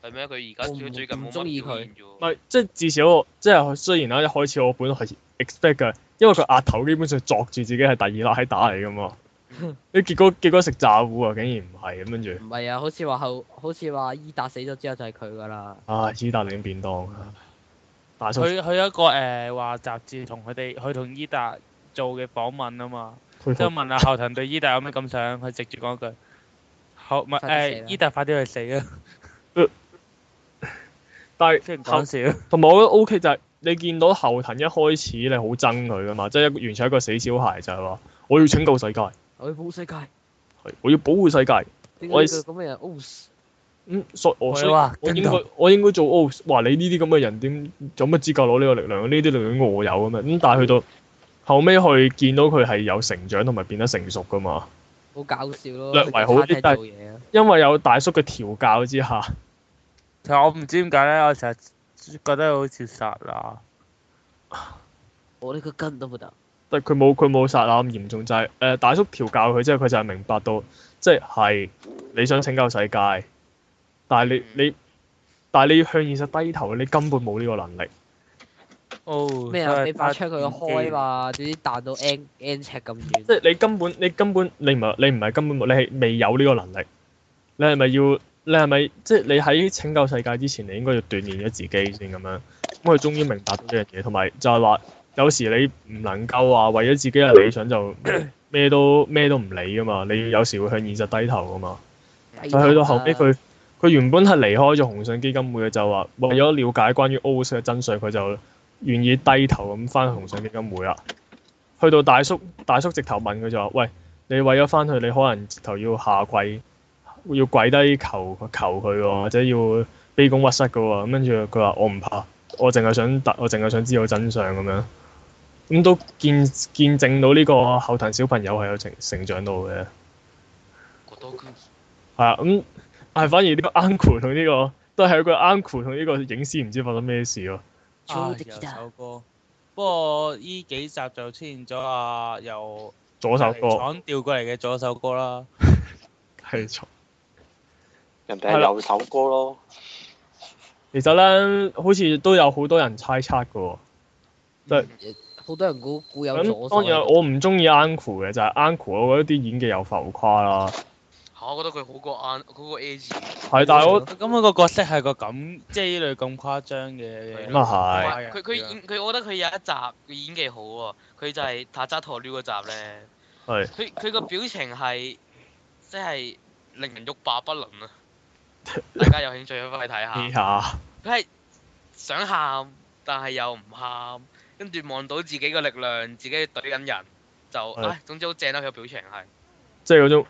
[SPEAKER 2] 係咩？佢而家
[SPEAKER 1] 我唔
[SPEAKER 2] 最最近冇
[SPEAKER 1] 唔鍾意
[SPEAKER 2] 乜
[SPEAKER 1] 佢
[SPEAKER 2] 表現啫喎
[SPEAKER 3] 唔係即係至少我即係雖然啦，一開始我本來係 expect 嘅，因為佢額頭基本上作住自己係第二奶打嚟噶嘛。你結果結果食炸糊啊，竟然唔係咁跟住，
[SPEAKER 1] 唔係啊，好似話後，好似話伊達死咗之後就係佢噶啦。
[SPEAKER 3] 啊！伊達領便當，啊大叔
[SPEAKER 1] 嗯
[SPEAKER 4] 佢佢有一個誒話雜誌同佢哋，佢同伊達做嘅訪問啊嘛，
[SPEAKER 3] 佩
[SPEAKER 1] 嗯
[SPEAKER 4] 即係
[SPEAKER 3] 服
[SPEAKER 4] 問阿後藤對伊達有咩感想，佢直接講句，好唔係
[SPEAKER 1] 快啲死啦
[SPEAKER 4] 誒伊達快啲去死啊啦，
[SPEAKER 1] <laughs>
[SPEAKER 3] 但係
[SPEAKER 4] 雖然講笑，
[SPEAKER 3] 同埋我覺得 O K 就係你見到後藤一開始你好憎佢噶嘛，即係一個完全係一個死小孩就係話我要拯救世界，
[SPEAKER 1] 我要保護世界，
[SPEAKER 3] 係我要保護世界。
[SPEAKER 1] 點解
[SPEAKER 3] 我
[SPEAKER 1] 呢個咁嘅人哦 o
[SPEAKER 3] 咁嗯所我所以
[SPEAKER 4] 我話
[SPEAKER 3] 我
[SPEAKER 4] 啊跟
[SPEAKER 3] 應該
[SPEAKER 4] 到
[SPEAKER 3] 我應該做 O，話你呢啲咁嘅人點有乜資格攞呢個力量？呢啲力量我有咁樣。咁但係
[SPEAKER 4] 嗯
[SPEAKER 3] 去到後尾去見到佢係有成長同埋變得成熟噶嘛，
[SPEAKER 1] 好搞笑咯！
[SPEAKER 3] 略為好啲
[SPEAKER 1] 去餐廳
[SPEAKER 3] 但係
[SPEAKER 1] 做嘢啊，
[SPEAKER 3] 因為有大叔嘅調教之下，
[SPEAKER 4] 其實我唔知點解咧，我成日覺得佢好似殺啊啦，
[SPEAKER 1] 我呢個根都冇得。
[SPEAKER 3] 但佢冇佢冇殺啦咁嚴重就係、呃大叔調教佢之後，佢就係明白到即係係你想拯救世界，但係你
[SPEAKER 4] 嗯
[SPEAKER 3] 你但係你要向現實低頭，你根本冇呢個能力。
[SPEAKER 4] 哦
[SPEAKER 1] 咩啊？俾把槍佢開，
[SPEAKER 4] 啊
[SPEAKER 1] 嘛，總之彈到 N N 尺咁遠。
[SPEAKER 3] 即係你根本你根本你唔係你唔係根本冇，你係未有呢個能力。你係咪要？你係咪即係你喺拯救世界之前，你應該要鍛鍊咗自己先咁樣？咁佢終於明白到呢樣嘢，同埋就係話有時你唔能夠話為咗自己嘅理想就 <coughs> 咩都咩都唔理噶嘛，你有時會向現實低頭噶嘛。
[SPEAKER 1] 低頭啊
[SPEAKER 3] 佢去到後尾，佢佢原本係離開咗紅信基金會嘅，就話為咗了解關於 O 嘅真相，佢就願意低頭咁翻紅信基金會啦。去到大叔，大叔直頭問佢就話：，喂，你為咗翻去，你可能直頭要下跪，要跪低求求佢喎，或者要卑躬屈膝嘅喎。咁跟住佢話：我唔怕，我淨係想得，我淨係想知道真相咁樣。咁都見見證到呢個後藤小朋友係有成成長到嘅。
[SPEAKER 2] 我都佢
[SPEAKER 3] 係啊，咁但係反而呢個 uncle 同呢個都係有個 uncle 同呢個影師唔知發生咩事咯。
[SPEAKER 4] 啊
[SPEAKER 1] 超敵
[SPEAKER 4] 有
[SPEAKER 1] 㗎
[SPEAKER 4] 首歌，不過依幾集就出現咗啊，由
[SPEAKER 3] 左手
[SPEAKER 4] 隔離
[SPEAKER 3] 歌
[SPEAKER 4] 廠調過嚟嘅左手歌啦。
[SPEAKER 3] 係錯，
[SPEAKER 5] 人哋係右手歌咯，
[SPEAKER 3] 其實咧，好似都有好多人猜測嘅喎。
[SPEAKER 1] 好多人估估有
[SPEAKER 3] 咁
[SPEAKER 1] 咗
[SPEAKER 3] 當
[SPEAKER 1] 手
[SPEAKER 3] 然我唔中意 Uncle 嘅，就係 Uncle 我覺得啲演技又浮誇啦。
[SPEAKER 2] 嚇我覺得佢好過眼嗰個 A 字，
[SPEAKER 3] 係，但係我
[SPEAKER 4] 咁佢個角色係個咁，即係呢類咁誇張嘅
[SPEAKER 3] 咁
[SPEAKER 4] 嘢。
[SPEAKER 3] 啊係，
[SPEAKER 2] 佢佢演佢，我覺得佢有一集佢演技好喎，佢就係塔扎陀撩嗰集咧，
[SPEAKER 3] 係
[SPEAKER 2] 佢佢個表情係即係令人欲罷不能啊！大家有興趣可以睇下
[SPEAKER 3] 呢。下
[SPEAKER 2] 佢係想喊，但係又唔喊，跟住望到自己嘅力量，自己懟緊人，就
[SPEAKER 3] 係
[SPEAKER 2] 唉，總之好正啦！佢個表情係
[SPEAKER 3] 即係嗰種，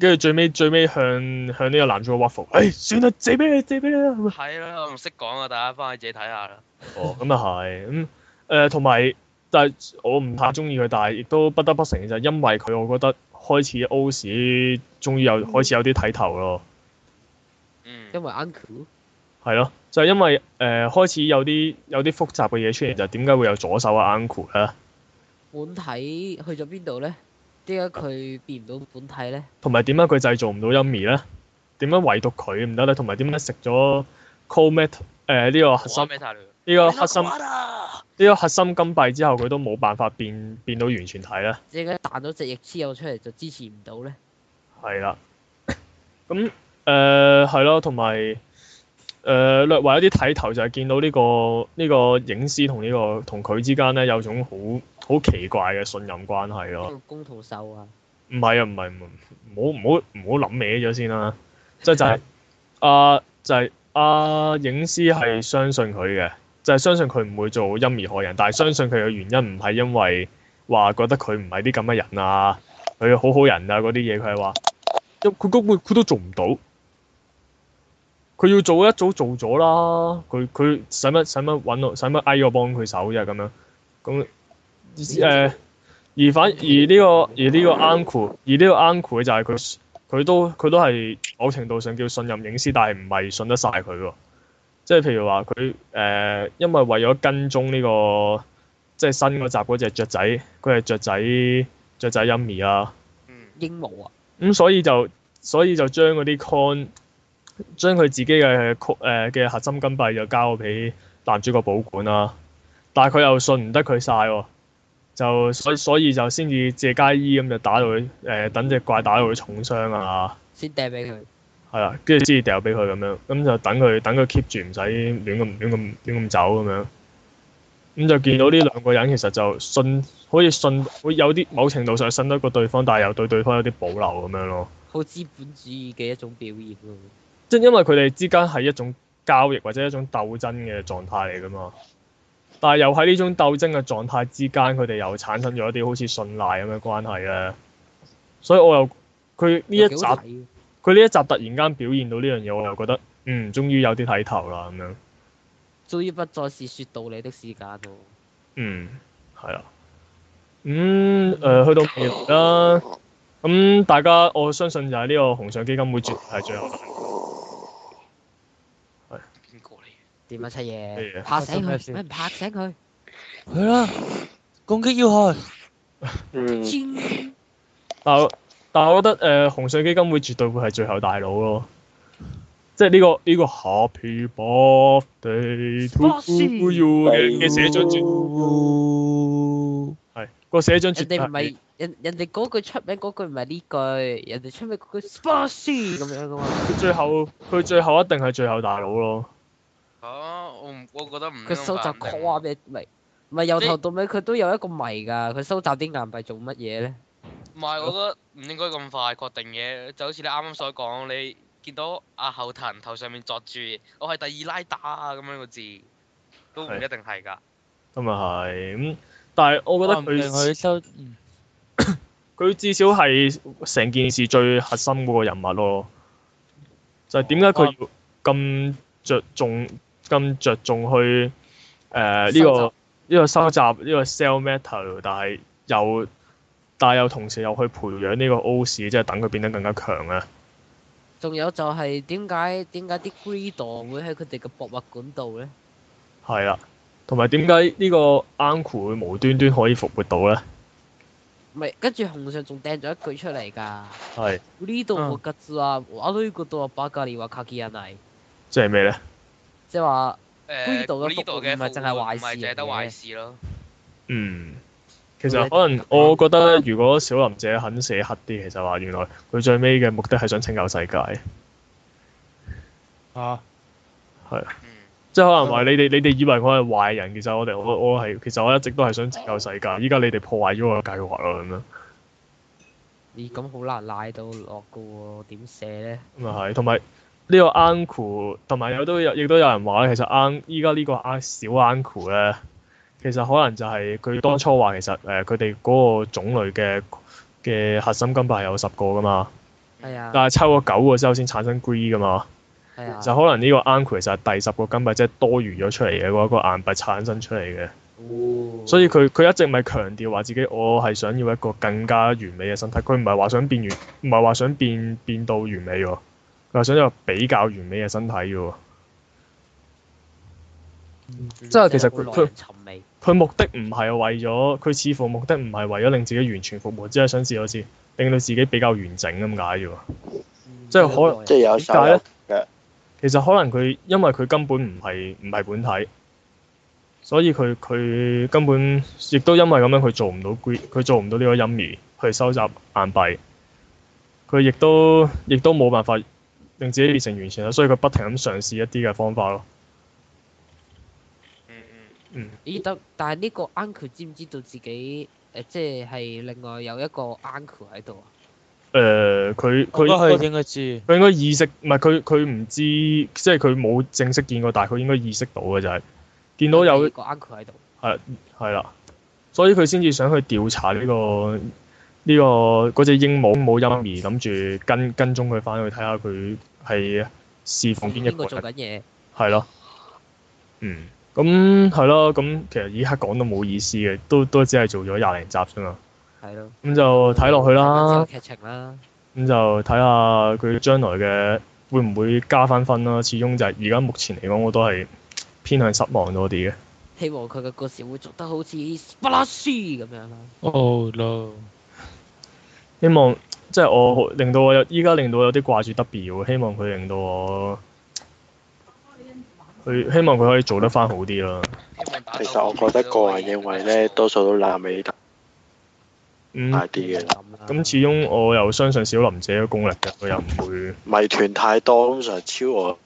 [SPEAKER 3] 跟住最尾最尾向向呢個男主角屈服。誒，算啦，借俾你，借俾你啦。咁啊
[SPEAKER 2] 係啦，我唔識講啊，大家翻去自己睇下啦。
[SPEAKER 3] 哦，咁啊係，咁誒同埋，但係我唔太中意佢，但係亦都不得不承認就係因為佢，我覺得開始 O 市終於有開始有啲睇頭咯。
[SPEAKER 2] 嗯，
[SPEAKER 1] 因為 uncle
[SPEAKER 3] 係咯，就係因為誒、呃、開始有啲有啲複雜嘅嘢出現，就係點解會有左手啊嘅 uncle 咧？
[SPEAKER 1] 本體去咗邊度咧？點解佢變唔到本體咧？
[SPEAKER 3] 同埋點解佢製造唔到 Yumi 咧？點解唯獨佢唔得咧？同埋點解食咗 Cold Metal 誒呢個核心
[SPEAKER 2] 我咩睇了？
[SPEAKER 3] 呢個核心呢個核心金幣之後，佢都冇辦法變變到完全體咧？
[SPEAKER 1] 點解彈咗隻翼之後出嚟就支持唔到咧？
[SPEAKER 3] 係啦，咁誒係咯，同埋誒略為有啲睇頭，就係見到呢、個呢、個影師同呢、個同佢之間咧有種好好奇怪嘅信任關係咯。
[SPEAKER 1] 公同獸啊，
[SPEAKER 3] 唔係啊，唔係唔係唔好唔好唔好諗歪咗先啦。即係就係、啊，就係、啊，影師係相信佢嘅，就係、相信佢唔會做陰而害人，但係相信佢嘅原因唔係因為話覺得佢唔係啲咁嘅人啊，佢好好人啊嗰啲嘢，佢係話，因佢根本佢都做唔到，佢要做一早做咗啦，佢佢使乜使乜揾我使乜嗌我幫佢手啫咁樣，咁誒。而反而呢、個而呢個 uncle 而呢個 uncle 就係佢佢都佢都係某程度上叫信任影師，但係唔係信得晒佢喎。即係譬如話佢誒，因為為咗跟蹤呢、個即係新嗰集嗰只雀仔，佢係雀仔雀仔啊陰兒啦。
[SPEAKER 2] 嗯，
[SPEAKER 1] 鸚鵡啊，
[SPEAKER 3] 咁所以就所以就將嗰啲 con 將佢自己嘅 co- 誒嘅核心金幣就交咗俾男主角保管啦。但係佢又信唔得佢晒喎，就所以所以就先至借街衣咁就打到佢誒、等只怪打到佢重傷啊，
[SPEAKER 1] 先掟俾佢。
[SPEAKER 3] 係啦，跟住先至掉俾佢咁樣，咁就等佢等佢 keep 住唔使亂咁亂咁亂咁走咁樣。咁就見到呢兩個人其實就信，好似信會有啲某程度上信得過對方，但係又對對方有啲保留咁樣咯。
[SPEAKER 1] 好資本主義嘅一種表現咯。
[SPEAKER 3] 即係因為佢哋之間係一種交易或者一種鬥爭嘅狀態嚟㗎嘛。但係又喺呢種鬥爭嘅狀態之間，佢哋又產生咗一啲好似信賴咁嘅關係咧。所以我又佢呢一
[SPEAKER 1] 又
[SPEAKER 3] 集
[SPEAKER 1] 幾好睇
[SPEAKER 3] 佢呢一集突然間表現到呢樣嘢，我又覺得嗯，終於有啲睇頭啦咁樣。
[SPEAKER 1] 終於不再是説道理的時間咯。
[SPEAKER 3] 嗯，係啊。咁嗯誒、去到未來啦。咁、大家我相信就係呢個紅上基金會絕對係最後
[SPEAKER 2] 邊個嚟？
[SPEAKER 1] 點啊，七
[SPEAKER 3] 係
[SPEAKER 1] 爺
[SPEAKER 3] 啊
[SPEAKER 4] 發
[SPEAKER 1] 拍醒
[SPEAKER 4] 生咩
[SPEAKER 1] 佢，
[SPEAKER 4] 事
[SPEAKER 1] 咩唔拍
[SPEAKER 3] <laughs>
[SPEAKER 1] 醒佢？
[SPEAKER 4] 係啦，攻擊要害。
[SPEAKER 5] 嗯，
[SPEAKER 1] 尖
[SPEAKER 3] 但係我但係我覺得誒、呃、紅水基金會絕對會係最後大佬咯，即係呢、個呢、個 Happy Birthday to you 嘅嘅寫真絕係個寫真絕
[SPEAKER 1] 人
[SPEAKER 3] 對
[SPEAKER 1] 哋唔
[SPEAKER 3] 係
[SPEAKER 1] 係人人哋嗰句出名嗰句唔係呢句，人哋出名嗰句 s p a c y 咁樣噶嘛。
[SPEAKER 3] 佢最後佢最後一定係最後大佬咯，
[SPEAKER 2] 啊，我唔，我覺得唔應該
[SPEAKER 1] 佢收集
[SPEAKER 2] 咁定
[SPEAKER 1] 誇咩咪？唔係由頭到尾佢都有一個謎㗎，佢收集啲硬幣做乜嘢咧？
[SPEAKER 2] 唔係，我覺得唔應該咁快確定嘅，就好似你啱啱所講，你見到阿後藤頭上面作住我係第二拉打啊咁樣個字，都唔
[SPEAKER 3] 係
[SPEAKER 2] 一定係㗎。
[SPEAKER 3] 咁啊係咁，但係我覺
[SPEAKER 4] 話唔
[SPEAKER 3] 得
[SPEAKER 4] 定
[SPEAKER 3] 佢
[SPEAKER 4] 佢收，嗯
[SPEAKER 3] 佢至少係成件事最核心嗰個人物咯，就係點解佢要咁着重咁着重去誒呢個
[SPEAKER 1] 收
[SPEAKER 3] 呢個收集呢個 sell metal，但係又但係又同時又去培養呢個 O 市，即係等佢變得更加強啊！
[SPEAKER 1] 仲有就係點解點解啲 Greedo 會喺佢哋嘅博物館度咧？
[SPEAKER 3] 係啦，同埋點解呢個 uncle 會無端端可以復活到咧？
[SPEAKER 1] 咪跟住紅上仲掟咗一句出嚟㗎，
[SPEAKER 3] 係
[SPEAKER 1] 呢度我吉啊，我呢個度啊巴加利話卡基人嚟，
[SPEAKER 3] 即係咩咧？
[SPEAKER 1] 即即係話
[SPEAKER 2] 誒
[SPEAKER 1] 呢度嘅
[SPEAKER 2] 呢度
[SPEAKER 1] 復活
[SPEAKER 2] 嘅
[SPEAKER 1] 唔係淨係
[SPEAKER 2] 復活
[SPEAKER 1] 壞
[SPEAKER 2] 唔係
[SPEAKER 1] 事
[SPEAKER 2] 淨係
[SPEAKER 1] 嚟
[SPEAKER 2] 得
[SPEAKER 1] 嘅
[SPEAKER 2] 壞事咯。
[SPEAKER 3] 嗯，其實可能我覺啊得，如果小林姐肯寫黑啲，其實話原來佢最尾嘅目的係想拯救世界，
[SPEAKER 4] 啊，
[SPEAKER 2] 嗯，
[SPEAKER 3] 即係可能話你哋你哋以為我係壞人，其實我哋我我係其實我一直都係想拯救世界，依家你哋破壞咗我嘅計劃啦咁樣，
[SPEAKER 1] 咦咁好難賴到落噶喎，點寫咧？
[SPEAKER 3] 咁啊係，同埋呢個 uncle，同埋有都有亦都有人話咧，其實 un 依家呢個 un 小 uncle 咧，其實可能就係佢當初話其實誒佢哋嗰個種類嘅嘅核心金幣係有十個噶嘛，
[SPEAKER 1] 係啊，
[SPEAKER 3] 但係抽咗九個之後先產生 green 噶嘛。
[SPEAKER 1] 係啊，
[SPEAKER 3] 就可能呢個 uncle 其實係第十個金幣，即係多餘咗出嚟嘅嗰個硬幣產生出嚟嘅，
[SPEAKER 1] 哦
[SPEAKER 3] 所以佢佢一直咪強調話自己我係想要一個更加完美嘅身體，佢唔係話想變完，唔係話想變變到完美喎，佢係想有比較完美嘅身體嘅喎。
[SPEAKER 1] 即
[SPEAKER 3] 係其實佢佢
[SPEAKER 1] 尋味，
[SPEAKER 3] 佢目的唔係為咗，佢似乎目的唔係為咗令自己完全復活，只係想試一試令到自己比較完整咁解啫喎。即係可能
[SPEAKER 5] 即係有
[SPEAKER 3] 點解
[SPEAKER 5] 手
[SPEAKER 3] 咧其實可能佢因為佢根本唔係唔係本體，所以佢佢根本亦都因為咁樣佢做唔到 green，佢做唔到呢個陰兒去收集硬幣，佢亦都亦都冇辦法令自己變成完全啦，所以佢不停咁嘗試一啲嘅方法咯。
[SPEAKER 2] 嗯嗯，
[SPEAKER 3] 嗯，
[SPEAKER 1] 咦？得，但係呢個 uncle 知唔知道自己誒，即係係另外有一個 uncle 喺度啊？
[SPEAKER 3] 誒、佢
[SPEAKER 4] 佢
[SPEAKER 3] 佢
[SPEAKER 4] 佢應該知，
[SPEAKER 3] 佢應該意識唔係佢佢唔知，即係佢冇正式見過，但係佢應該意識到嘅就係、見到有
[SPEAKER 1] 呢個 uncle 喺度，
[SPEAKER 3] 係啦，所以佢先至想去調查呢、個呢、個嗰只鸚鵡鸚鵡陰兒，諗住跟跟蹤佢翻去睇下佢係侍奉邊一
[SPEAKER 1] 邊
[SPEAKER 3] 個
[SPEAKER 1] 個做
[SPEAKER 3] 人，
[SPEAKER 1] 緊嘢？
[SPEAKER 3] 係咯，嗯，咁係咯，咁其實依家講都冇意思嘅，都都只係做咗廿零集啫嘛，
[SPEAKER 1] 係咯，
[SPEAKER 3] 咁就睇落去
[SPEAKER 1] 知道
[SPEAKER 3] 啦，
[SPEAKER 1] 劇情啦，
[SPEAKER 3] 咁就睇下佢將來嘅會唔會加翻分啦，始終就係而家目前嚟講，我都係偏向失望多啲嘅。
[SPEAKER 1] 希望佢嘅故事會做得好似 Splash 咁樣啦。
[SPEAKER 4] 哦 no，
[SPEAKER 3] 希望即係我好令到我有依家令到我有啲掛住 W，希望佢令到我佢希望佢可以做得翻好啲啦。
[SPEAKER 2] 希望打
[SPEAKER 5] 其
[SPEAKER 2] 鬥
[SPEAKER 5] 實我覺得個人認為咧，多數都爛尾大
[SPEAKER 3] 嗯，
[SPEAKER 5] 啲嘅啦，
[SPEAKER 1] 咁啦
[SPEAKER 3] 咁始終我又相信小林姐嘅功力嘅，佢又唔會
[SPEAKER 5] 謎團太多，通常超我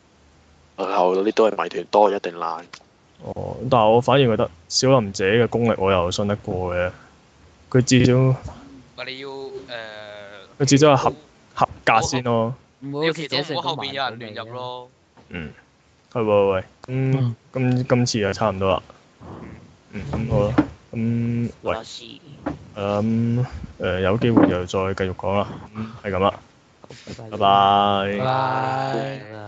[SPEAKER 5] 後嗰啲都係謎團多，一定爛。
[SPEAKER 3] 哦。但係我反而覺得小林姐嘅功力我又信得過嘅，佢至少
[SPEAKER 2] 喂你要誒，
[SPEAKER 3] 佢至少係合合格先咯。
[SPEAKER 1] 唔
[SPEAKER 2] 你
[SPEAKER 1] 好
[SPEAKER 2] 要
[SPEAKER 1] 好
[SPEAKER 2] 祈
[SPEAKER 1] 似
[SPEAKER 2] 禱
[SPEAKER 1] 這
[SPEAKER 2] 唔好
[SPEAKER 1] 後
[SPEAKER 2] 後邊有人亂入。咯。
[SPEAKER 3] 係喎喂，咁
[SPEAKER 4] 嗯
[SPEAKER 3] 今今次就差唔多啦。嗯，咁好啦，咁
[SPEAKER 1] 啊
[SPEAKER 3] 喂。
[SPEAKER 1] Splash，
[SPEAKER 3] 咁誒、有嗯機會就再繼續講啦，咁係咁啦，拜拜。
[SPEAKER 4] 拜拜。